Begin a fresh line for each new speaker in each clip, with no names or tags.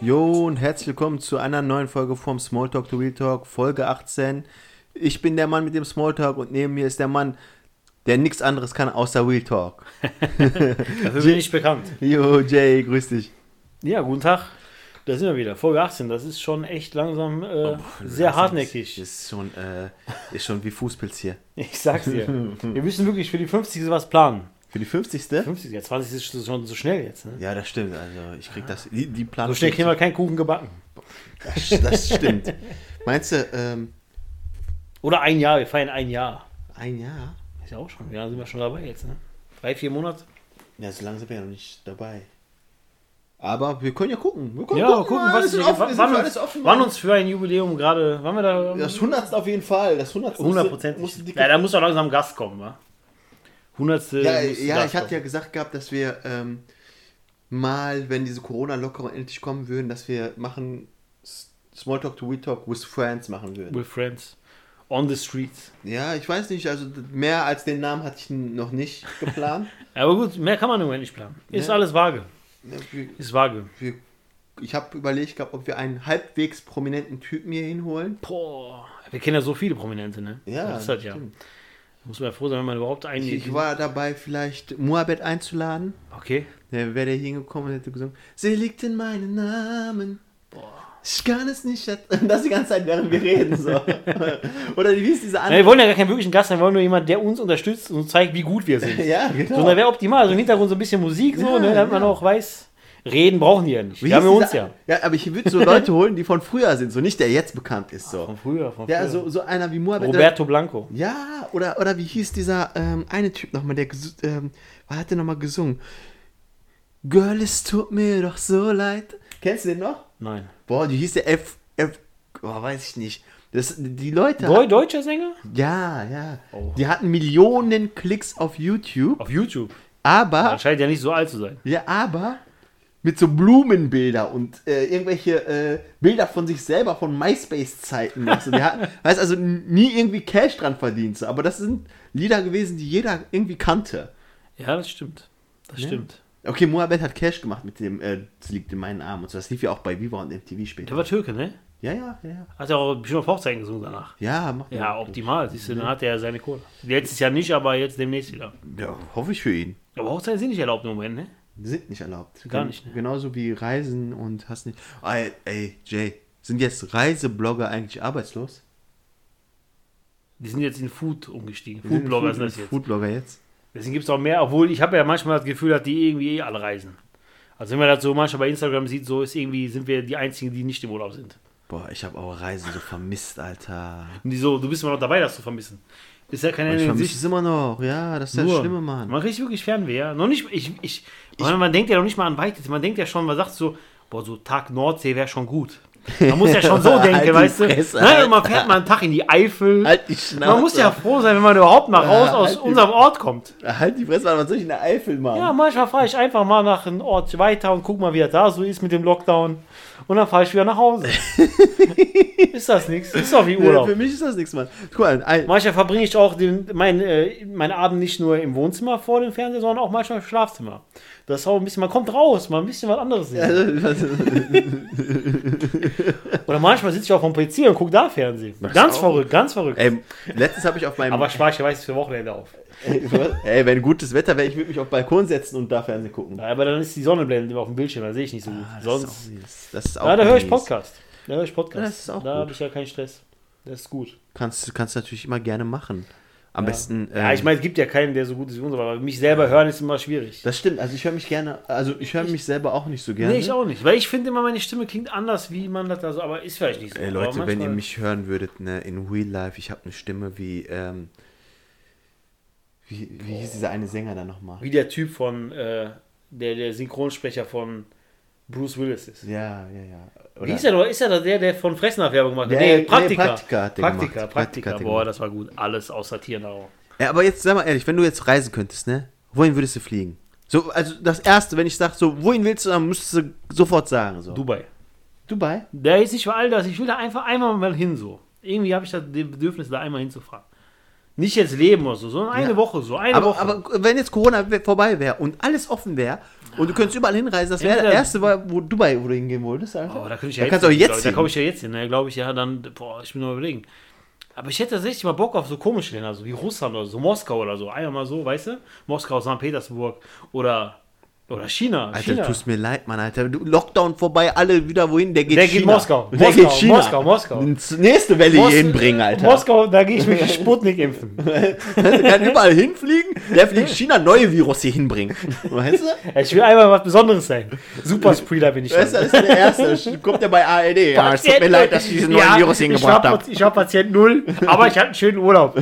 Jo und herzlich willkommen zu einer neuen Folge vom Smalltalk to Real Talk, Folge 18. Ich bin der Mann mit dem Smalltalk und neben mir ist der Mann, der nichts anderes kann außer Real Talk.
Dafür bin ich bekannt.
Jo, Jay, grüß dich.
Ja, guten Tag. Da sind wir wieder. Folge 18. Das ist schon echt langsam äh, sehr hartnäckig.
Ist schon, äh, ist schon wie Fußpilz hier.
Ich sag's dir. Wir müssen wirklich für die 50. was planen.
Für die 50.
50. Ja, 20 ist schon so schnell jetzt. Ne?
Ja, das stimmt. Also ich krieg das. Die, die
So schnell kriegen wir keinen Kuchen gebacken.
das, das stimmt. Meinst du, ähm,
Oder ein Jahr. Wir feiern ein Jahr.
ein Jahr?
Ist ja auch schon. Ja, sind wir schon dabei jetzt. Ne? Drei, vier Monate.
Ja, so lange sind wir ja noch nicht dabei. Aber wir können ja gucken. Wir können
Ja, gucken, was
ist
wir-
offen, ist
wann,
alles
uns,
offen. ne?
wann uns für ein Jubiläum gerade. Waren wir da?
das 100. auf jeden Fall. Das 100. musste- musste
Hundertprozentig.
dicke-
Ja, da muss doch langsam Gast kommen, wa? Hundertste.
Ja,
muss
ja
Gast
ich hatte ja
kommen.
gesagt gehabt, dass wir ähm, mal, wenn diese Corona-Lockerung endlich kommen würden, dass wir machen S- Smalltalk to We Talk with Friends machen würden.
With Friends. On the Streets.
Ja, ich weiß nicht, also mehr als den Namen hatte ich n- noch nicht geplant.
Aber gut, mehr kann man im Moment nicht planen. Ist
Ja.
alles vage.
Ja, wir,
Ist vage.
wir, ich habe überlegt gehabt, ob wir einen halbwegs prominenten Typen hier hinholen.
Boah. Wir kennen ja so viele Prominente, ne? Das ist halt ja.
stimmt.
Muss man ja froh sein, wenn man überhaupt einen.
Ich, ich war dabei, vielleicht Moabed einzuladen.
okay.
Der wäre der hingekommen und hätte gesungen, sie liegt in meinem Namen. Ich kann es nicht. hat- Das die ganze Zeit, während wir reden. So. Oder wie ist diese
Nein, wir
andere?
wollen ja gar keinen wirklichen Gast sein, wir wollen nur jemanden, der uns unterstützt und uns zeigt, wie gut wir sind.
Ja,
So, und da
genau.
wäre optimal. Also im Hintergrund so ein bisschen Musik, so,
Ja,
ne, damit man
ja.
auch weiß, reden brauchen die ja nicht.
Wie
Die haben wir
hieß
uns
dieser-
ja.
Ja, aber ich würde so Leute holen, die von früher sind, so nicht der jetzt bekannt ist. So.
Von früher, von früher.
Ja, so, so einer wie Moabed.
Roberto Blanco.
Ja, oder, oder wie hieß dieser ähm, eine Typ nochmal, der gesu- ähm, was hat der nochmal gesungen? Girl, es tut mir doch so leid. Kennst du den noch?
Nein.
Boah, die hieß der F. F boah, weiß ich nicht. Das, die Leute.
Deu deutscher Sänger?
Ja, ja.
Oh.
Die hatten Millionen Klicks auf YouTube,
Auf YouTube.
aber.
Er scheint ja nicht so alt zu sein.
Ja, aber. Mit so Blumenbilder und äh, irgendwelche äh, Bilder von sich selber von MySpace-Zeiten. noch. So, die hatten, heißt also nie irgendwie Cash dran verdient. so. Aber das sind Lieder gewesen, die jeder irgendwie kannte.
Ja, das stimmt. Das stimmt.
Okay, Moabed hat Cash gemacht mit dem äh, Es liegt in meinen Armen und so. Das lief ja auch bei Viva und MTV
Der
später.
war Türke, ne?
Ja, ja, ja. Ja,
Hat ja auch bestimmt auf Hochzeiten gesungen danach.
ja mach
Ja, ne? optimal. Siehst du, dann hat er ja seine Kohle. Letztes Jahr nicht, aber jetzt demnächst wieder.
Ja, hoffe ich für ihn.
Aber Hochzeiten sind nicht erlaubt im Moment, ne?
sind nicht erlaubt.
Gar
Gen-
nicht, ne?
Genauso wie Reisen und hast nicht. Ey, ey, Jay, sind jetzt Reiseblogger eigentlich arbeitslos?
Die sind jetzt in Food umgestiegen. Foodblogger sind das jetzt.
Foodblogger jetzt.
Deswegen gibt es auch mehr, obwohl ich habe ja manchmal das Gefühl, dass die irgendwie eh alle reisen. Also wenn man das so manchmal bei Instagram sieht, so ist irgendwie, sind wir die Einzigen, die nicht im Urlaub sind.
Boah, ich habe auch Reisen so vermisst, Alter.
Und die so, du bist immer noch dabei, das zu vermissen. Ist ja kein
Ich
Ende in
vermisse
Sicht.
es immer noch. Ja, das ist das
Nur.
Schlimme, Mann.
Man kriegt wirklich Fernweh, ja. Noch nicht, ich, ich, man, man denkt ja noch nicht mal an Weite. Man denkt ja schon, man sagt so, boah, so Tag Nordsee wäre schon gut. Man muss ja schon so
Halt die
denken, weißt du.
Fresse,
Nein, und man
Alter.
fährt mal einen Tag in die Eifel.
Halt die Schnauze.
man muss ja froh sein, wenn man überhaupt mal raus
Ja,
aus
halt die-
unserem Ort kommt.
Halt die Fresse, Mann, was soll ich in der Eifel machen?
Ja, manchmal fahre ich einfach mal nach einem Ort weiter und guck mal, wie das da so ist mit dem Lockdown. Und dann fahre ich wieder nach Hause. ist das nichts? Ist doch wie
Nee,
Urlaub.
Für mich ist das nichts, Mann. Guck mal, ein,
Manchmal verbringe ich auch den, mein, äh, meinen Abend nicht nur im Wohnzimmer vor dem Fernseher, sondern auch manchmal im Schlafzimmer. Das ist auch ein bisschen, man kommt raus, mal ein bisschen was anderes sehen. Oder manchmal sitze ich auch vom PC und gucke da Fernsehen. Ganz
auch.
verrückt, ganz verrückt.
ey, letztens habe ich auf meinem.
Aber Sparche weiß es für Wochenende auf.
ey, was- ey, wenn gutes Wetter wäre, ich würde mich auf den Balkon setzen und da Fernsehen gucken.
Ja, Aber dann ist die Sonne blendet immer auf dem Bildschirm, da sehe ich nicht so
Ah,
gut. Sonst.
Das ist auch
Ja, da höre ich
mies.
Podcast. Da höre ich Podcast.
Das ist auch
da
gut.
habe ich ja keinen Stress. Das ist gut.
Kannst du kannst natürlich immer gerne machen. Am besten.
ja,
ähm,
ich meine, es gibt ja keinen, der so gut ist wie uns, aber mich selber hören ist immer schwierig.
Das stimmt, also ich höre mich gerne, also ich höre mich selber auch nicht so gerne.
Nee, ich auch nicht. Weil ich finde immer, meine Stimme klingt anders, wie man das da so, aber ist vielleicht nicht so.
Ey
Aber
Leute, wenn ihr
manchmal-
mich hören würdet, ne, in Real Life, ich habe eine Stimme wie, ähm, wie, wie hieß dieser eine Sänger da nochmal?
Wie der Typ von, äh, der, der Synchronsprecher von Bruce Willis ist.
Ja, ja, ja.
Wie ist er noch? Ist er da der, der von Fressnapf Werbung gemacht hat?
Der-
Nee,
nee,
Praktika.
Praktika hat der
Praktika,
gemacht. Praktika
Praktika.
hat der
Boah,
gemacht.
das war gut. Alles außer Tiernahrung.
Ja, aber jetzt, sag mal ehrlich, wenn du jetzt reisen könntest, ne, wohin würdest du fliegen? So, also das Erste, wenn ich sage, so, wohin willst du, dann müsstest du sofort sagen, so.
Dubai.
Dubai?
Der ist nicht für all das. Ich will da einfach einmal mal hin so. Irgendwie habe ich das Bedürfnis, da einmal hinzufahren. Nicht jetzt leben oder so, sondern eine
Ja.
Woche so. Eine
Aber,
Woche.
aber wenn jetzt Corona we- vorbei wäre und alles offen wäre Und du könntest überall hinreisen. Das wäre der
Entweder-
erste, Mal, wo Dubai, wo du hingehen wolltest. Alter.
Oh, da könnte ich
da
ja
kannst du auch
hin, glaub
jetzt
ich. Da
hin.
komme ich ja jetzt hin, ne? glaube ich, ja, dann, boah, ich bin nur überlegen. Aber ich hätte tatsächlich mal Bock auf so komische Länder, so wie Russland oder so, Moskau oder so. Einmal mal so, weißt du? Moskau, St. Petersburg oder, oder China.
Alter,
China.
tust mir leid, Mann, Alter. Du- Lockdown vorbei, alle wieder wohin? Der geht
Der geht
China.
Moskau.
Der
Moskau,
geht China.
Moskau, Moskau.
Ins nächste Welle
Mos-
hier hinbringen, Alter.
Moskau, da gehe ich mich Sputnik impfen.
Der kann überall hinfliegen. Der fliegt China neue Virus hier hinbringen. Weißt du?
Ich will einmal was Besonderes sein. Super Spreader bin ich.
Weißt du, das ist der erste. Kommt der bei ARD. Ja, es tut mir
Patient
leid, dass ich diesen neuen Virus hingebracht
ich war,
habe.
Pat- Ich war Patient Null, aber ich hatte einen schönen Urlaub.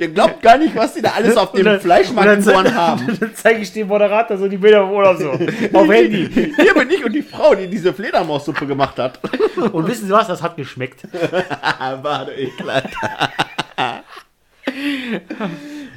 Ihr glaubt gar nicht, was die da alles auf
Und
dem
dann-
Fleischmarkt
und dann-
geboren haben.
Dann zeige ich dem Moderator so die Bilder vom Urlaub so. Auf Handy.
Hier bin ich und die Frau, die diese Fledermaussuppe gemacht hat.
Und wissen Sie was? Das hat geschmeckt.
War doch ekelhaft.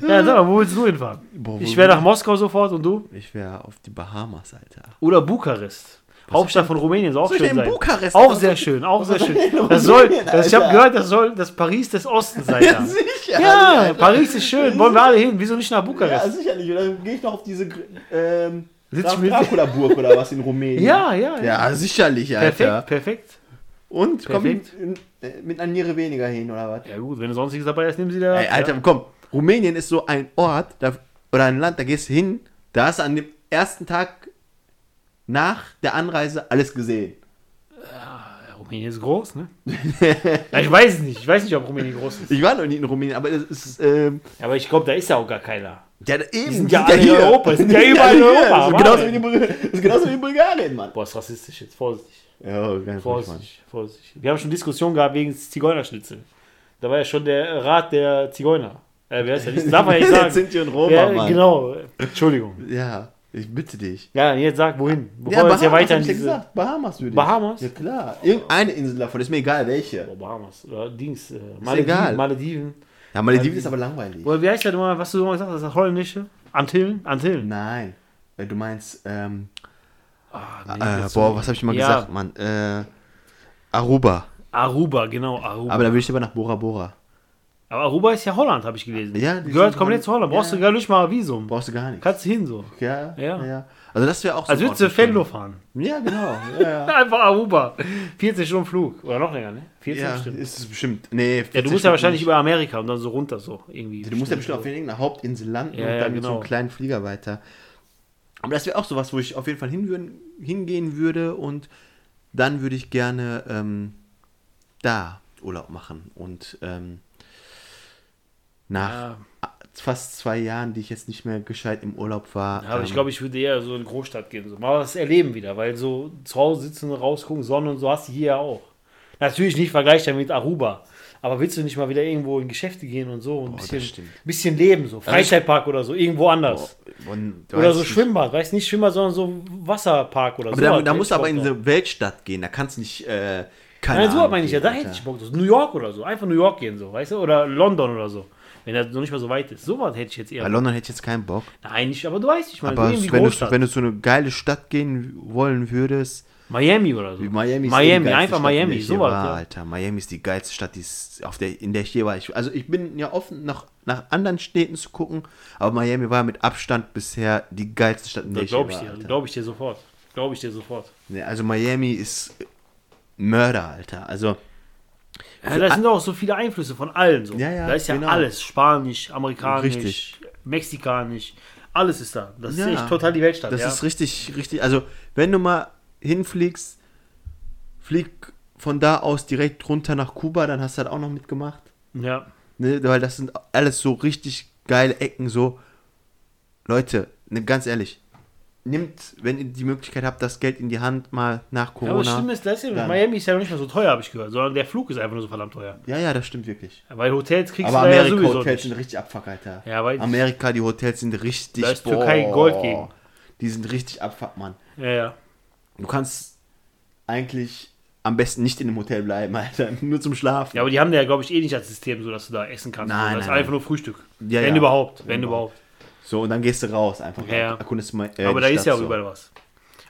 Ja, sag mal, wo willst du hinfahren?
Boah, wo-
ich wäre nach Moskau sofort und du?
Ich wäre auf die Bahamas, Alter.
Oder Bukarest. Hauptstadt von Rumänien soll auch
Soll ich
schön
denn
sein.
Bukarest?
Auch
Was
sehr
soll-
schön, auch sehr schön.
denn in
Das soll,
Rumänien,
das, ich habe
Alter?
gehört, das soll das Paris des Ostens sein.
Ja,
da.
sicher.
Ja,
Alter.
Paris ist schön. Wollen wir alle hin? Wieso nicht nach Bukarest?
Ja, sicherlich. Oder gehe ich noch auf diese Gr- ähm,
Sitz ich mit-
Dracula-Burg oder was in Rumänien?
Ja, ja, ja.
Ja, sicherlich,
perfekt,
Alter.
perfekt.
Und komm
Perfekt.
in, äh, mit einer Niere weniger hin, oder was?
Ja gut, wenn du sonst nichts dabei hast, nehmen sie da.
Ey, Alter, komm. Rumänien ist so ein Ort da, oder ein Land, da gehst du hin, da hast du an dem ersten Tag nach der Anreise alles gesehen.
Ja, Rumänien ist groß, ne? ja, ich weiß es nicht. Ich weiß nicht, ob Rumänien groß ist.
Ich war noch nie in Rumänien, aber es ist. Ähm,
Aber ich glaube, da ist ja auch gar keiner.
ja, eben. Die
sind ja alle in Europa, die sind ja überall in Europa,
Das ist,
Mann.
genauso wie die Bul- das ist genauso wie in Bulgarien, Mann.
Boah, ist rassistisch jetzt. Vorsichtig.
Ja, ganz Mann.
Vorsichtig, vorsichtig. Wir haben schon Diskussionen gehabt wegen Zigeunerschnitzel. Da war ja schon der Rat der Zigeuner. Äh, wer ist der? Das darf man nicht sagen.
Jetzt sind die in Roma,
ja,
Mann.
Genau. Entschuldigung.
Ja, ich bitte dich.
Ja, jetzt sag, wohin? Bevor wir uns ja weiter in
hab ich ja
diese...
gesagt. Bahamas würde ich.
Bahamas?
Ja klar. Irgendeine Insel davon, ist mir egal welche.
Oh, Bahamas. Oder Dings. Äh, Malediven.
egal.
Malediven.
Ja, Malediven ist aber langweilig.
Oder wie heißt das nochmal, was du immer gesagt hast? Das holländische? Antillen? Antillen.
Nein. Äh, Du meinst, ähm,
Äh, Ah, nee,
äh,
jetzt-
boah, was habe ich mal
Ja.
gesagt, Mann? Äh, Aruba.
Aruba, genau, Aruba.
Aber
Aber,
da will ich aber nach Bora Bora.
Aruba ist ja Holland, habe ich gelesen.
Ja, die
Gehört
sind-
komplett zu Holland. Brauchst du gar nicht mal ein Visum.
Brauchst du gar nichts.
Kannst du hin so.
ja,
Ja.
Also das wäre auch so.
Als
ein
würdest du
Ort, bestimmt.
Fenlo fahren.
Ja, genau. Ja, ja.
Einfach Aruba. 14 Stunden Flug. Oder noch länger, ne? 14
ja
Stunden.
ist es bestimmt. Nee,
Ja, du musst ja wahrscheinlich über Amerika und dann so runter so. Irgendwie.
Du musst ja bestimmt auf irgendeiner Hauptinsel landen
also Ja,
und
ja,
dann mit so einem
genau.
kleinen Flieger weiter. Aber das wäre auch sowas, wo ich auf jeden Fall hinwürden, hingehen würde und dann würde ich gerne ähm, da Urlaub machen. Und ähm, nach
Ja,
fast zwei Jahren, die ich jetzt nicht mehr gescheit im Urlaub war.
aber ich
ähm,
glaube, ich würde eher so in die Großstadt gehen. So. Mal was erleben wieder, weil so zu Hause sitzen, rausgucken, Sonne und so hast du hier ja auch. Natürlich nicht vergleichbar mit Aruba. Aber willst du nicht mal wieder irgendwo in Geschäfte gehen und so? Ein
das
bisschen,
stimmt.
bisschen leben, so Freizeitpark oder so, irgendwo anders.
und- du
Oder
weißt
so
nicht.
Schwimmbad, weißt nicht Schwimmbad, sondern so Wasserpark oder
Aber
so.
da, da musst du aber in eine Weltstadt gehen, da kannst du nicht. Äh, keine
Nein, so
Ahnung
meine ich ja, da
gehen,
hätte ich
Alter.
Bock drauf. New York oder so, einfach New York gehen so, weißt du? Oder London oder so. Wenn das noch nicht mal so weit ist. So was hätte ich jetzt eher.
Bei London hätte ich jetzt keinen Bock.
Nein, nicht, aber du weißt, ich meine,
Aber
irgendwie
wenn du,
Großstadt.
wenn du so eine geile Stadt gehen wollen würdest,
Miami oder so.
Wie Miami ist eh die
Miami,
geilste
einfach
Stadt, in der
Miami,
ich je
sowas.
War,
Ja.
Alter, Miami ist die geilste Stadt, die ist auf der, in der ich je war. Ich, also ich bin ja offen, nach, nach anderen Städten zu gucken, aber Miami war mit Abstand bisher die geilste Stadt, in der ich
Das
je war.
glaube ich dir,
Alter.
glaube ich dir sofort. Glaube ich dir sofort.
Nee, also Miami ist Mörder, Alter. Also
Ja, Also, da sind auch so viele Einflüsse von allen so.
ah. Ja, ja,
da ist ja
genau.
alles, spanisch, amerikanisch,
Richtig.
mexikanisch, alles ist da. Das
Ja.
ist echt total die Weltstadt,
das
ja.
ist richtig, richtig. Also wenn du mal hinfliegst, flieg von da aus direkt runter nach Kuba, dann hast du halt auch noch mitgemacht.
ja.
Ne, weil das sind alles so richtig geile Ecken, so. Leute, ne, ganz ehrlich, nimmt, wenn ihr die Möglichkeit habt, das Geld in die Hand mal nach
Ja, aber das
Corona.
Schlimme ist, das ist ja,
Dann-
Miami ist ja noch nicht mal so teuer, habe ich gehört, sondern der Flug ist einfach nur so verdammt teuer.
Ja, ja, das stimmt wirklich.
Weil Hotels kriegst
Aber
du da ja
Amerika
sowieso
Hotels sind
nicht.
richtig abfuck, Alter.
Ja, weil-
Amerika, die Hotels sind richtig.
Da ist Türkei Gold gegen.
Die sind richtig abfuck, Mann.
Ja, ja.
Du kannst eigentlich am besten nicht in einem Hotel bleiben, Alter. Nur zum Schlafen.
ja, aber die haben da ja, glaube ich, eh nicht das System, so dass du da essen kannst.
Nein,
so, das
nein,
ist einfach nur Frühstück.
Ja,
wenn
ja. Genau.
überhaupt, wenn
Wenn
überhaupt.
So, und dann gehst du raus einfach.
Ja, ja.
Erkundest du mal, äh,
aber
die
da ist
Stadt
ja auch
so.
überall was.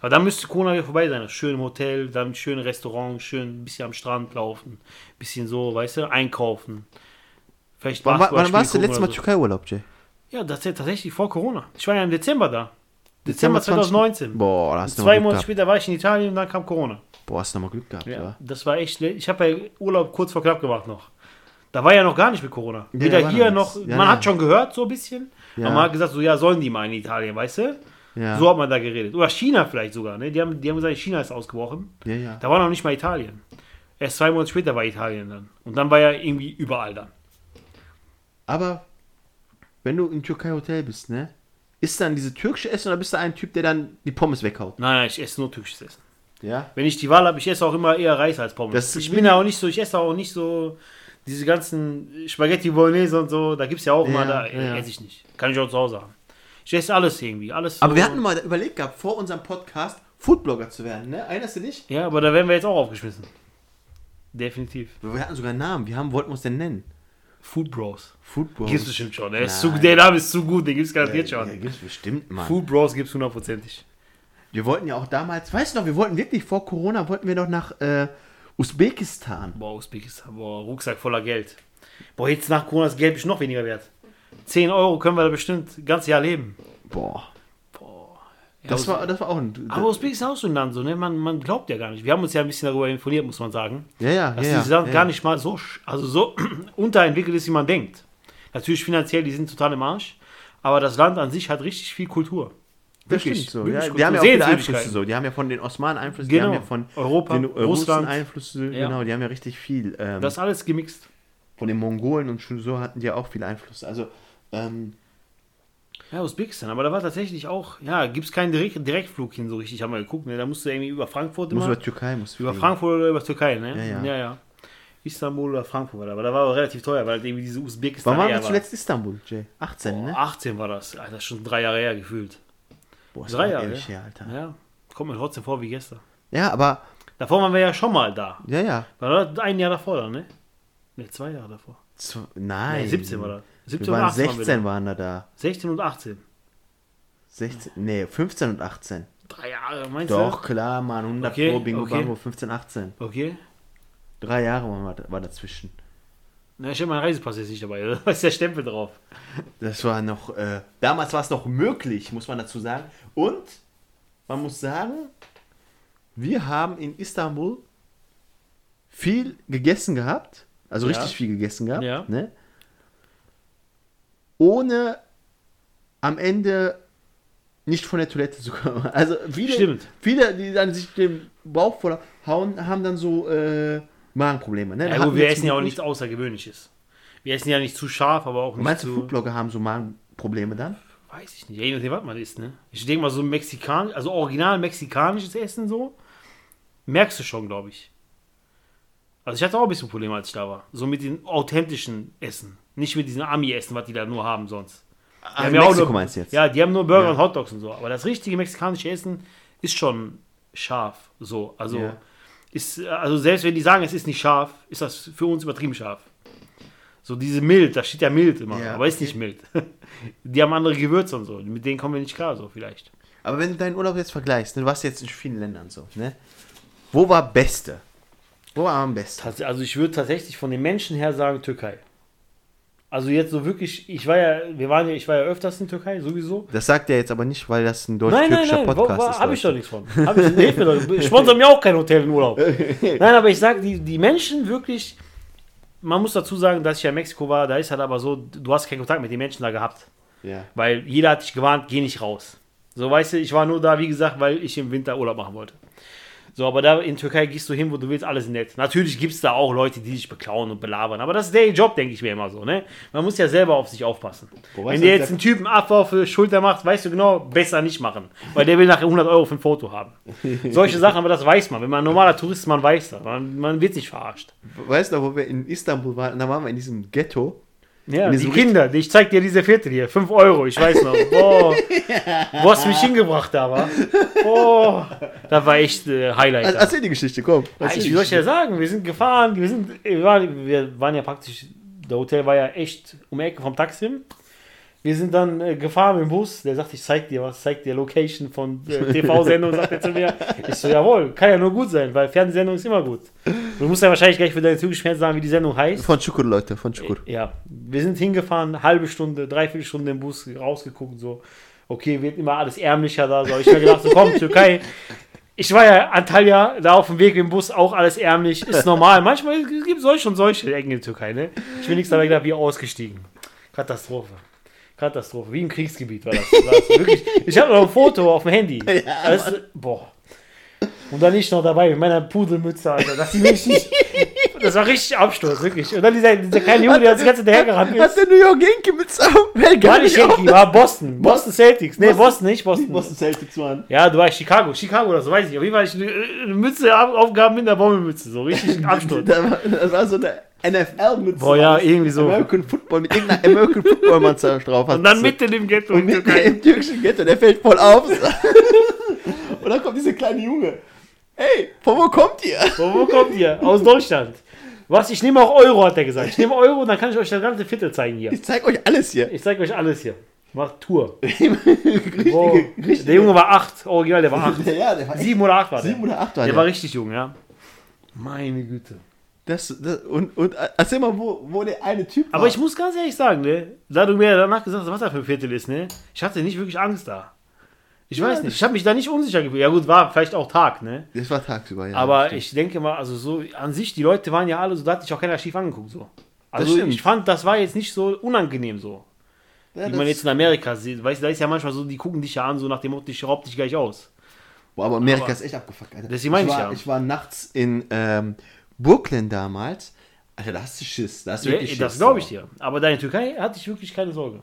Aber dann müsste Corona wieder vorbei sein. Schön im Hotel, dann schön Restaurant, schön ein bisschen am Strand laufen, ein bisschen so, weißt du, einkaufen. Vielleicht
Wann, wann,
Basketball
wann warst du
spielen
letztes Mal
gucken
Türkei-Urlaub, Jay?
oder so. Ja, das ist ja tatsächlich vor Corona. Ich war ja im Dezember da. Dezember 2019.
Boah, da hast du nochmal
Zwei
Glück
Monate
gehabt.
später war ich in Italien und dann kam Corona.
Boah, hast du nochmal Glück gehabt, ja.
Das war echt schlecht. Ich habe ja Urlaub kurz vor knapp gemacht noch. Da war ja noch gar nicht mit Corona. Weder
da war
hier
noch
noch.
nichts. Ja,
man
ja.
hat schon gehört, so ein bisschen.
Ja.
Aber man hat gesagt, so ja, sollen die mal in Italien, weißt du?
Ja,
So hat man da geredet. Oder China vielleicht sogar, ne? Die haben, die haben gesagt, China ist ausgebrochen.
ja, ja.
Da war noch nicht mal Italien. Erst zwei Monate später war Italien dann. Und dann war ja irgendwie überall dann.
Aber wenn du im Türkei-Hotel bist, ne? Ist dann diese türkische Essen oder bist du ein Typ, der dann die Pommes weghaut?
Nein, nein, ich esse nur türkisches Essen.
Ja.
Wenn ich die Wahl habe, ich esse auch immer eher Reis als Pommes.
Das ist
ich
wie-
bin ja auch nicht so, ich esse auch nicht so diese ganzen Spaghetti Bolognese und so. Da gibt es ja auch
Ja,
mal, da
ja.
esse ich nicht. Kann ich auch zu Hause haben. Ich esse alles irgendwie, alles.
Aber
so-
wir hatten mal überlegt gehabt, vor unserem Podcast Foodblogger zu werden, ne? Erinnerst du dich?
Ja, aber da werden wir jetzt auch aufgeschmissen. Definitiv.
Wir hatten sogar einen Namen. Wir haben, wollten wir uns denn nennen?
Food Bros.
Foodblogger.
Gibt's bestimmt schon. Der, ist zu,
Nein.
der Name ist zu gut, den gibt's garantiert
ja,
schon.
gibt's bestimmt, Mann.
Food Bros gibt's hundertprozentig.
Wir wollten ja auch damals, weißt du noch, wir wollten wirklich vor Corona, wollten wir doch nach äh, Usbekistan.
Boah, Usbekistan, boah, Rucksack voller Geld. Boah, jetzt nach Corona ist Geld bestimmt noch weniger wert. 10 Euro können wir da bestimmt ein ganzes Jahr leben.
Boah.
Ja,
Das
Us-
war, das war auch ein.
aber Usbekistan ist auch so ein Land, so, ne? man, man glaubt ja gar nicht. Wir haben uns ja ein bisschen darüber informiert, muss man sagen.
ja, ja,
Dass
ja,
dieses
ja,
Land
ja.
gar nicht mal so, sch- also so unterentwickelt ist, wie man denkt. Natürlich finanziell, die sind total im Arsch. Aber das Land an sich hat richtig viel Kultur.
Das
Wirklich,
stimmt so.
wirklich
Ja,
gut.
die haben ja auch viele
Sehenswürdigkeiten.
Einflüsse so. Die haben ja von den Osmanen Einflüsse, die
Genau.
haben ja von
Europa,
den äh, Russen
Russland.
Einflüsse,
Ja.
genau, die haben ja richtig viel. Ähm,
Das ist alles gemixt.
von den Mongolen und schon so hatten die ja auch viele Einflüsse. Also, ähm,
Ja, Usbekistan, aber da war tatsächlich auch, ja, gibt es keinen Direkt Direktflug hin so richtig, haben wir geguckt, ne? Da musst du irgendwie über Frankfurt
muss
immer,
über Türkei, muss
über
fliegen.
Frankfurt oder über Türkei, ne?
Ja, ja.
ja. Istanbul oder Frankfurt war da, aber da war aber relativ teuer, weil halt irgendwie diese Usbekistan
Wann waren
eher
wir zuletzt Istanbul, Jay? 18,
Boah,
ne?
18 war das, Alter, schon drei Jahre her gefühlt.
Boah, ist
Drei
auch
Jahre.
ewig her, Alter.
Ja, kommt mir trotzdem vor wie gestern.
Ja, aber,
Davor waren wir ja schon mal da.
ja, ja.
War das ein Jahr davor dann, ne? Ne, zwei Jahre davor.
Zu,
Ne,
nein.
17 war das. 17
Wir waren
18 wir da.
16 waren da da.
16 und 18.
16, nee, 15 und 18.
Drei Jahre, meinst
Doch, klar, Mann. 100
Okay,
Pro, Bingo,
okay.
Bango, 15, 18.
du? Okay.
Drei Jahre waren wir- war dazwischen.
Na, ich hab meinen Reisepass jetzt nicht dabei. Da ist der Stempel drauf.
Das war noch, äh, damals war es noch möglich, muss man dazu sagen. Und man muss sagen, wir haben in Istanbul viel gegessen gehabt, also
Ja.
richtig viel gegessen gehabt,
Ja.
ne? ohne am Ende nicht von der Toilette zu kommen. Also viele,
Stimmt.
viele die dann sich den Bauch voll hauen, haben dann so äh, Magenprobleme. Ne? Da
Ja,
hatten
gut, wir
zum
essen ja
Glück
auch nichts Außergewöhnliches. Wir essen ja nicht zu scharf, aber auch nicht
Meinst du,
zu.
Foodblogger haben so Magenprobleme dann?
Weiß ich nicht. Ja, je nachdem, was man isst, ne? Ich denke mal, so mexikanisch, also original mexikanisches Essen so, merkst du schon, glaube ich. Also ich hatte auch ein bisschen Probleme, als ich da war. So mit den authentischen Essen. Nicht mit diesen Ami-Essen, was die da nur haben sonst. Die
Ah, in
haben ja auch
Mexiko
nur,
meinst du jetzt?
Ja, die haben nur Burger
Ja.
und Hotdogs und so. Aber das richtige mexikanische Essen ist schon scharf. So, also,
Ja.
ist, also selbst wenn die sagen, es ist nicht scharf, ist das für uns übertrieben scharf. So diese mild, da steht ja mild immer,
Ja,
aber ist
okay.
nicht mild. Die haben andere Gewürze und so, mit denen kommen wir nicht klar, so vielleicht.
Aber wenn du deinen Urlaub jetzt vergleichst, ne, du warst jetzt in vielen Ländern so, ne? Wo war Beste? Wo war am besten?
Tats- Also ich würde tatsächlich von den Menschen her sagen Türkei. Also jetzt so wirklich, ich war ja, wir waren ja, ich war ja öfters in Türkei sowieso.
Das sagt er jetzt aber nicht, weil das ein
Nein, nein,
deutsch-türkischer
nein,
Podcast ist.
habe ich doch
Leute.
nichts von. Hab ich, hilf mir doch, sponsor mir auch kein Hotel in Urlaub. Nein, aber ich sage, die, die Menschen wirklich, man muss dazu sagen, dass ich ja in Mexiko war, da ist halt aber so, du hast keinen Kontakt mit den Menschen da gehabt.
Ja.
Weil jeder hat dich gewarnt, geh nicht raus. So, weißt du, ich war nur da, wie gesagt, weil ich im Winter Urlaub machen wollte. So, aber da in Türkei gehst du hin, wo du willst, alles nett. Natürlich gibt es da auch Leute, die dich beklauen und belabern, aber das ist der Job, denke ich mir immer so, ne? Man muss ja selber auf sich aufpassen.
Wo weißt
Wenn
du,
dir
dass
jetzt einen Typen Affe auf die Schulter macht, weißt du genau, besser nicht machen, weil der will nachher 100 Euro für ein Foto haben. Solche Sachen, aber das weiß man. Wenn man ein normaler Tourist ist, man weiß das. Man, man wird nicht verarscht.
Weißt du, wo wir in Istanbul waren? Da waren wir in diesem Ghetto.
Ja,
In
die
diesem
Kinder, die- ich zeig dir diese Viertel hier, 5 Euro, ich weiß noch. Boah, wo hast du mich hingebracht da, war? Boah, das war echt äh, Highlight.
Also,
da.
erzähl die Geschichte, komm.
Ja,
Erzähl
ich,
die
wie soll also, ich ja
Geschichte.
sagen, wir sind gefahren, wir, sind, wir, waren, wir waren ja praktisch, der Hotel war ja echt um die Ecke vom Taksim. Wir sind dann äh, gefahren mit dem Bus. Der sagt, ich zeig dir was, zeig dir Location von äh, TV-Sendung, sagt er zu mir. Ich so, jawohl, kann ja nur gut sein, weil Fernsehsendung ist immer gut. Du musst ja wahrscheinlich gleich für deine türkischen Fans sagen, wie die Sendung heißt.
Von Çukur, Leute, von Çukur.
Ja, wir sind hingefahren, halbe Stunde, dreiviertel Stunde im Bus rausgeguckt, so, okay, wird immer alles ärmlicher da, so. Ich hab mir gedacht, so, komm, Türkei. Ich war ja Antalya, da auf dem Weg im Bus, auch alles ärmlich, ist normal. Manchmal es gibt solche und solche Ecken in der Türkei, ne? Ich bin nichts dabei gedacht, wir ausgestiegen. Katastrophe. Katastrophe, wie im Kriegsgebiet war das. War das wirklich. Ich habe noch ein Foto auf dem Handy. das, boah. Und dann ich noch dabei mit meiner Pudelmütze, Alter. Dass die mich nicht, das war richtig Absturz, wirklich. Und dann dieser, dieser kleine Junge, der uns die ganze Zeit hergerannt ist.
Hat der New York Yankee mit Samuel
War nicht Yankee, war Boston. Boston Celtics. Nee, Boston nicht, Boston.
Boston Celtics waren.
Ja, du warst Chicago, Chicago oder so, weiß ich. Auf jeden Fall hatte ich eine, eine Mütze ab- aufgehabt mit einer Bommelmütze, so richtig Absturz.
Da war, das war so eine NFL-Mütze.
Boah, ja, irgendwie so.
American Football, mit irgendeiner American Football-Mannschaft drauf.
Und dann mitten im Ghetto in
Und mit
Türkei.
im türkischen Ghetto, der fällt voll auf. und dann kommt dieser kleine Junge. Hey, von wo kommt ihr?
Wo, wo kommt ihr? Aus Deutschland. Was? Ich nehme auch Euro, hat er gesagt. Ich nehme Euro, dann kann ich euch das ganze Viertel zeigen hier.
Ich zeig euch alles hier.
Ich zeige euch alles hier. Macht Tour.
Richtige,
Boah. Der Junge war 8, original, der war 8.
Ja, der war echt
7 oder 8 war der.
sieben oder acht
der
war
war
der.
richtig jung, ja. Meine Güte.
Das, das, und, und äh, erzähl mal, wo, wo der eine Typ war.
Aber ich muss ganz ehrlich sagen, ne, da du mir danach gesagt hast, was da für ein Viertel ist, ne, ich hatte nicht wirklich Angst da. Ich weiß nicht, ich habe mich da nicht unsicher gefühlt. Ja gut, war vielleicht auch Tag, ne?
Das war tagsüber, ja.
Aber
stimmt.
ich denke mal, also so an sich, die Leute waren ja alle so, da hat sich auch keiner schief angeguckt, so. Also
stimmt.
ich fand, das war jetzt nicht so unangenehm so.
Ja,
wie
das-
man jetzt in Amerika sieht. Weißt du, da ist ja manchmal so, die gucken dich ja an, so nach dem Motto, ich raub dich gleich aus.
Boah, aber Amerika
Aber-
ist echt abgefuckt, Alter.
Deswegen meine
ich
ich
war,
ja.
ich war nachts in ähm, Brooklyn damals. Alter, da hast du Schiss. Da hast du
Ja,
wirklich Schiss.
das glaube ich
dir.
dir. Aber deine Türkei hatte ich wirklich keine Sorge.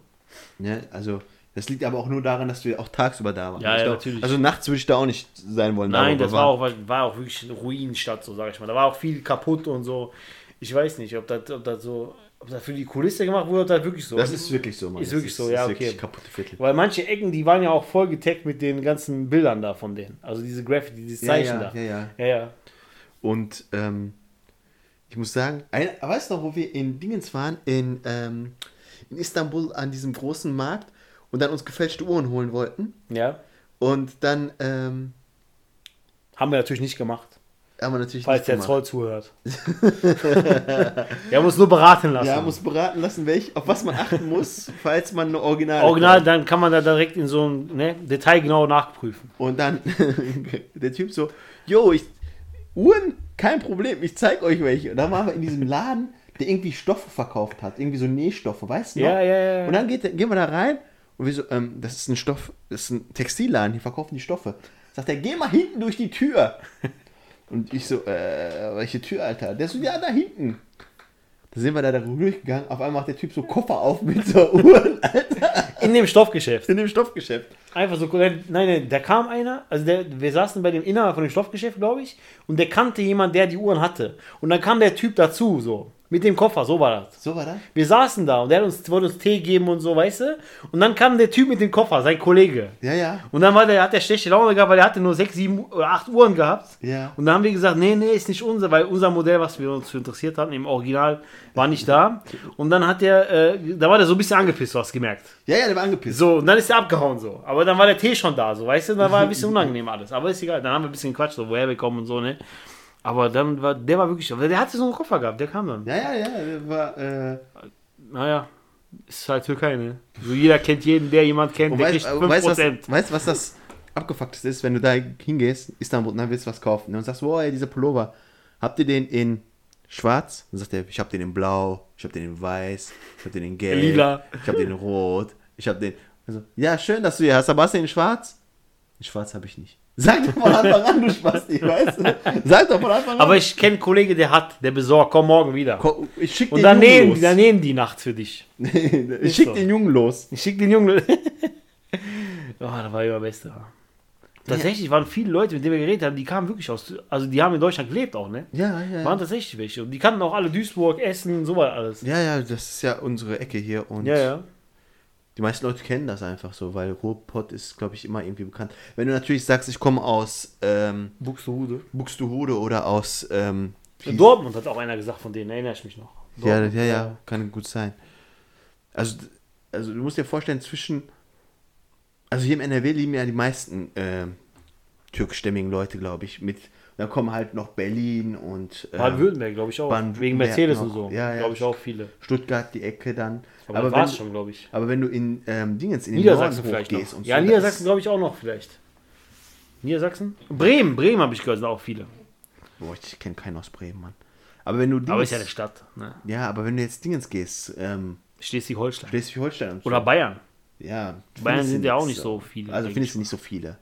Ne? Also, das liegt aber auch nur daran, dass du auch tagsüber da warst.
Ja,
Ich
ja,
glaub,
natürlich.
Also nachts würde ich da auch nicht sein wollen. da,
Nein,
wo wir
das war
waren.
auch, war auch wirklich eine Ruinenstadt, so sage ich mal. Da war auch viel kaputt und so. Ich weiß nicht, ob das, ob das so, ob das für die Kulisse gemacht wurde, ob das wirklich so
Das ist wirklich so, Mann.
Also Ist
Das
wirklich so, ja,
ist
okay.
wirklich kaputte Viertel.
Weil manche Ecken, die waren ja auch voll getaggt mit den ganzen Bildern da von denen. Also diese Graffiti, dieses
Ja,
Zeichen
ja,
da.
ja, ja.
ja, ja.
Und ähm, ich muss sagen, ein, weißt du noch, wo wir in Dingens waren? In, ähm, in Istanbul an diesem großen Markt und dann uns gefälschte Uhren holen wollten.
Ja.
Und dann ähm,
Haben wir natürlich nicht gemacht,
haben wir natürlich
falls
nicht
der
gemacht.
Zoll zuhört. wir haben uns nur beraten lassen.
Ja, muss beraten lassen, welch, auf was man achten muss, falls man eine Original.
Original, dann kann man da direkt in so einem ne, Detail genau nachprüfen.
Und dann der Typ so, yo, ich, Uhren, kein Problem, ich zeig euch welche. Und dann waren wir in diesem Laden, der irgendwie Stoffe verkauft hat, irgendwie so Nähstoffe, weißt du noch?
Ja, ja, ja, ja.
Und dann geht, der- gehen wir da rein und wir so, ähm, das ist ein Stoff, das ist ein Textilladen, hier verkaufen die Stoffe. Sagt er, geh mal hinten durch die Tür. Und ich so, äh, welche Tür, Alter? Der so, ja, da hinten. Da sind wir da darüber durchgegangen, auf einmal macht der Typ so Koffer auf mit so Uhren, Alter,
In dem Stoffgeschäft.
in dem Stoffgeschäft.
Einfach so, nein, nein, da kam einer, also der, wir saßen bei dem Inhaber von dem Stoffgeschäft, glaube ich, und der kannte jemand, der die Uhren hatte. Und dann kam der Typ dazu, so, mit dem Koffer, so war das.
So war das.
Wir saßen da und der hat uns, wollte uns Tee geben und so, weißt du? Und dann kam der Typ mit dem Koffer, sein Kollege.
Ja, ja.
Und dann war der, hat der schlechte Laune gehabt, weil er hatte nur sechs, sieben oder acht Uhren gehabt.
Ja.
Und dann haben wir gesagt, nee, nee, ist nicht unser, weil unser Modell, was wir uns für interessiert hatten, im Original, war nicht da. Und dann hat der, äh, da war der so ein bisschen angepisst, du hast gemerkt.
Ja, ja, der war angepisst.
So, und dann ist er abgehauen so. Aber dann war der Tee schon da, so, weißt du? Dann war ein bisschen unangenehm alles. Aber ist egal, dann haben wir ein bisschen gequatscht, so, woher wir kommen und so, ne? Aber dann war, der war wirklich, aber der hatte so einen Koffer gehabt, der kam dann.
Ja, ja, ja, der war, äh,
Naja, ist halt Türkei, ne? So jeder kennt jeden, der jemand kennt,
Und
der
weißt,
kriegt
äh, weißt,
5%.
was, weißt du, was das abgefuckteste ist, wenn du da hingehst, Istanbul, und dann willst du was kaufen. ne? Und sagst, wow, ey, dieser Pullover, habt ihr den in schwarz? Und sagt er, ich hab den in blau, ich hab den in weiß, ich hab den in gelb,
Lila.
ich hab den in rot, ich hab den... Also, ja, schön, dass du hier hast, aber hast du den in schwarz? In schwarz habe ich nicht. Sag doch von Anfang an, du Spasti, weißt du? Sag doch von Anfang an.
aber ich kenne einen Kollegen, der hat, der besorgt, komm morgen wieder.
Ko- ich schick
und
den
dann
Jungen
nähen,
los.
die- dann nähen die nachts für dich.
ich schick
so.
den Jungen los.
Ich schick den Jungen. oh, da Ah, war immer Beste. Tatsächlich waren viele Leute, mit denen wir geredet haben, die kamen wirklich aus, also die haben in Deutschland gelebt auch, ne?
Ja, ja,
Waren tatsächlich welche. Und die kannten auch alle Duisburg, Essen, sowas alles.
Ja, ja, das ist ja unsere Ecke hier und
Ja, ja.
die meisten Leute kennen das einfach so, weil Ruhrpott ist, glaube ich, immer irgendwie bekannt. Wenn du natürlich sagst, ich komme aus ähm,
Buxtehude.
Buxtehude oder aus ähm, wie-
Dortmund hat auch einer gesagt von denen, erinnere ich mich noch.
ja,
Dortmund,
ja, ja, kann gut sein. Also d- also du musst dir vorstellen, zwischen, also hier im NRW leben ja die meisten äh, türkischstämmigen Leute, glaube ich, mit, da kommen halt noch Berlin und äh,
Baden-Württemberg, glaube ich auch.
Baden-Württemberg
Wegen Mercedes und
noch.
so.
Ja, ja.
Glaube ich auch viele.
Stuttgart die Ecke dann. Aber,
Aber, aber war
wenn,
es schon, glaube ich.
aber wenn du in ähm, Dingens, in den
Niedersachsen
Norden
vielleicht
hochgehst
noch.
und
ja,
so, das
Niedersachsen
ist-
glaube ich auch noch vielleicht. Niedersachsen? Bremen, Bremen habe ich gehört, sind auch viele.
Boah, ich kenne keinen aus Bremen, Mann. Aber wenn du Dingens,
Aber ist ja eine Stadt. Ne?
ja, aber wenn du jetzt Dingens gehst, ähm,
Schleswig-Holstein.
Schleswig-Holstein und so,
Oder Bayern.
ja,
Bayern
findest du
sind ja auch
nix.
nicht so viele,
Also
denke
findest
ich
du nicht so viele.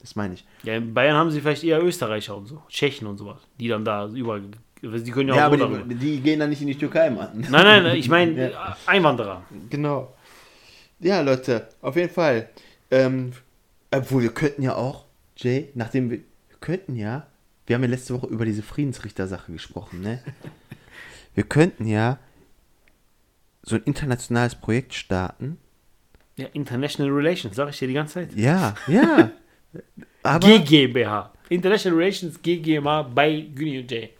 Das meine ich.
Ja, in Bayern haben sie vielleicht eher Österreicher und so. Tschechen und sowas. Die dann da überall. Die können ja auch
Ja,
so
aber
darüber.
die, die gehen dann nicht in die Türkei, Mann.
Nein, nein, nein, ich meine Einwanderer.
Genau. Ja, Leute, auf jeden Fall. Ähm, obwohl, wir könnten ja auch, Jay, nachdem wir, wir könnten ja, wir haben ja letzte Woche über diese Friedensrichter-Sache gesprochen, ne? Wir könnten ja so ein internationales Projekt starten.
Ja, International Relations, sage ich dir die ganze Zeit.
Ja, ja. Aber
GGBH. International Relations GGMA bei Günni und Jay.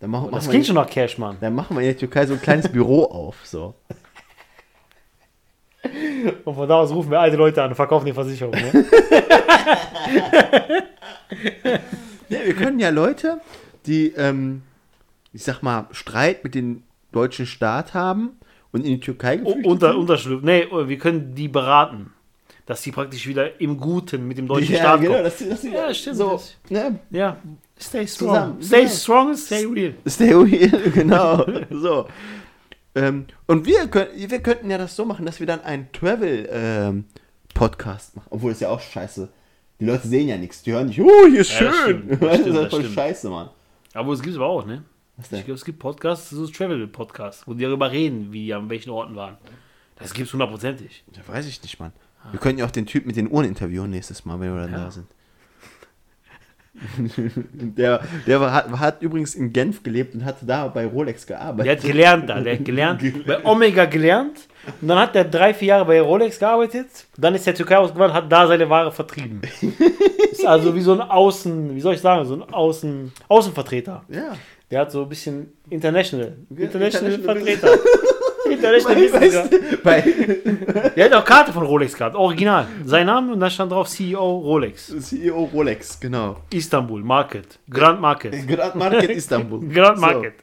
dann machen,
Das
machen wir,
klingt schon nach Cash, Mann.
dann machen wir in der Türkei so ein kleines Büro auf, so.
Und von da aus rufen wir alte Leute an und verkaufen die Versicherung. Ne?
Ja, wir können ja Leute, die, ähm, ich sag mal, Streit mit dem deutschen Staat haben und in die Türkei geflüchtet
Unter, Unterschlupf. Nee, oh, wir können die beraten, dass die praktisch wieder im Guten mit dem deutschen Staat kommen.
dass die- dass die-
Ja, stimmt,
So,
das-
ne?
Ja, stay strong.
Zusammen,
Stay
genau.
strong, stay real.
Stay here, genau. so. Ähm, und wir, könnt, wir könnten ja das so machen, dass wir dann einen Travel-Podcast machen. Obwohl, das ist ja auch scheiße. Die Leute sehen ja nichts, die hören nicht, oh, hier ist
Ja, das
schön.
stimmt, das
Weißt du,
stimmt,
das
das
ist voll
stimmt.
scheiße, Mann.
Aber es gibt aber auch, ne?
Was
Ich
denn?
glaube, es gibt Podcasts, so Travel-Podcasts, wo die darüber reden, wie die an welchen Orten waren. Das gibt es hundertprozentig.
Ja, weiß ich nicht, Mann. Wir könnten ja auch den Typ mit den Uhren interviewen nächstes Mal, wenn wir dann
Ja.
da sind. der der war, hat, hat übrigens in Genf gelebt und hatte da bei Rolex
Der
gearbeitet.
hat gelernt da, der hat gelernt, bei Omega gelernt und dann hat er drei, vier Jahre bei Rolex gearbeitet, dann ist der Türkei ausgewandert, hat da seine Ware vertrieben. Ist also wie so ein Außen, wie soll ich sagen, so ein Außen, Außenvertreter.
Ja.
Der hat so ein bisschen International,
Ja,
International,
international
Vertreter. International Business.
Weißt du, bei
Der hat auch Karte von Rolex gehabt, original. Sein Name und da stand drauf CEO Rolex.
CEO E Rolex, genau.
Istanbul Market, Grand Market.
Grand Market Istanbul.
Grand
So.
Market.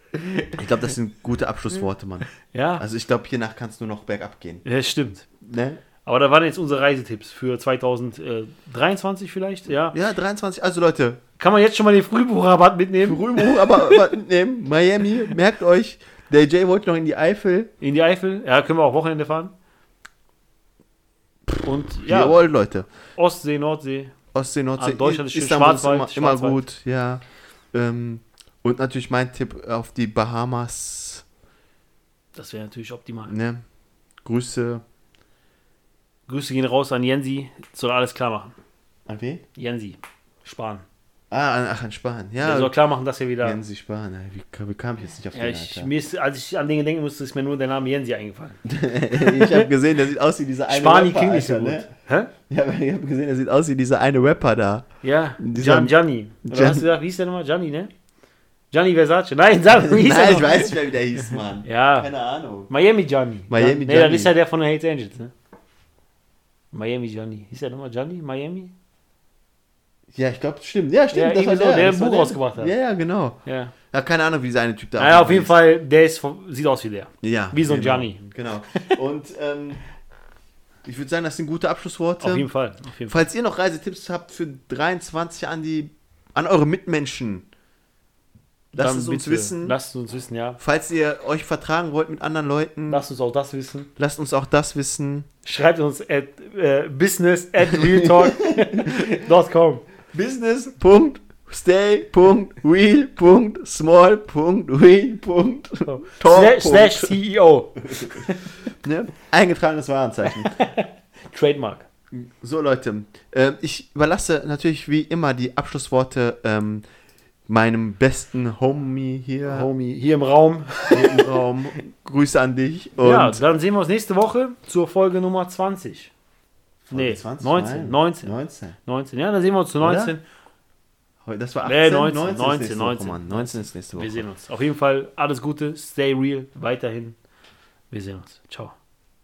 Ich glaube, das sind gute Abschlussworte, Mann.
Ja,
Also ich glaube, hiernach kann es nur noch bergab gehen.
ja, stimmt.
Ne?
Aber da waren jetzt unsere Reisetipps für 2023 vielleicht. Ja.
Ja, 23, also Leute,
Kann man jetzt schon mal den Frühbuchrabatt mitnehmen?
Rümo, aber aber, ne, Miami, merkt euch, der Jay wollte noch in die Eifel.
In die Eifel? Ja, können wir auch Wochenende fahren. Und ja,
Jawohl, Leute.
Ostsee, Nordsee.
Ostsee, Nordsee,
Ah, Deutschland ist schön
Istanbul ist
Schwarzwald,
immer, immer
Schwarzwald.
gut, ja. Ähm, und natürlich mein Tipp auf die Bahamas,
Das wäre natürlich optimal.
ne? Grüße.
Grüße gehen raus an Jensi. Soll alles klar machen.
An wen?
Jensi. Spahn.
Ah, an, ach, an Spanien,
Der soll
ja.
klar machen, dass wir wieder.
Jensi Spahn, ey, wie, wie kam ich jetzt nicht auf den,
Ja, ich,
Alter?
mir ist, als ich an Dinge denken musste, ist mir nur der Name Jensi eingefallen.
ich habe gesehen, der sieht aus wie dieser eine
Spani
Rapper,
klingt nicht so
Alter,
gut.
ne?
Hä?
Ja, aber ich habe gesehen, der sieht aus wie dieser eine Rapper da.
Ja,
Dieser-
Gian, Gianni. Oder
Gian-
hast du gesagt, wie hieß der nochmal? Gianni, ne? Gianni Versace. Nein, sag, wie hieß der nochmal?
nicht mehr, wie der hieß, Mann.
Ja,
Ahnung.
Miami Gianni.
Miami
Nee, das
Gianni.
ist ja der von den Hate Angels, ne? Miami Gianni. Hieß der nochmal Gianni? Miami?
Ja, ich glaube, stimmt. Ja, stimmt.
Ja, irgendwie so, der
das
ein
war
Buch rausgebracht hat.
Ja, ja, genau.
Ja.
Ja, keine Ahnung, wie dieser eine Typ da
Naja, auf jeden
hieß.
Fall, der ist, vom- sieht aus wie der.
Ja,
Wie so ein
genau.
Gianni.
Genau. Und ähm, ich würde sagen, das sind gute Abschlussworte.
Auf jeden Fall. Auf jeden Fall.
Falls ihr noch Reisetipps habt für 23 an die an eure Mitmenschen, lasst
Dann
es uns
bitte,
wissen.
Lasst es uns wissen, ja.
Falls ihr euch vertragen wollt mit anderen Leuten,
Lasst uns auch das wissen.
lasst uns auch das wissen.
Schreibt uns at äh, business at realtalk.com. Oh.
business.stay.real.small.real.
Slash, slash E CEO.
Ne? Eingetragenes Warenzeichen.
Trademark.
So, Leute, ähm, ich überlasse natürlich wie immer die Abschlussworte ähm, meinem besten Homie hier
Homie, hier im Raum.
im Raum. Grüße an dich. Und
ja, dann sehen wir uns nächste Woche zur Folge Nummer 20. nee,
20?
19,
Nein.
19,
19.
19. Ja, dann sehen wir uns zu
Oder?
19.
Heu- Das war 18.
Nee, 19,
19 ist
19,
nächste Woche, Mann. 19 ist nächste Woche.
Wir sehen uns. Auf jeden Fall alles Gute, stay real weiterhin. Wir sehen uns. Ciao.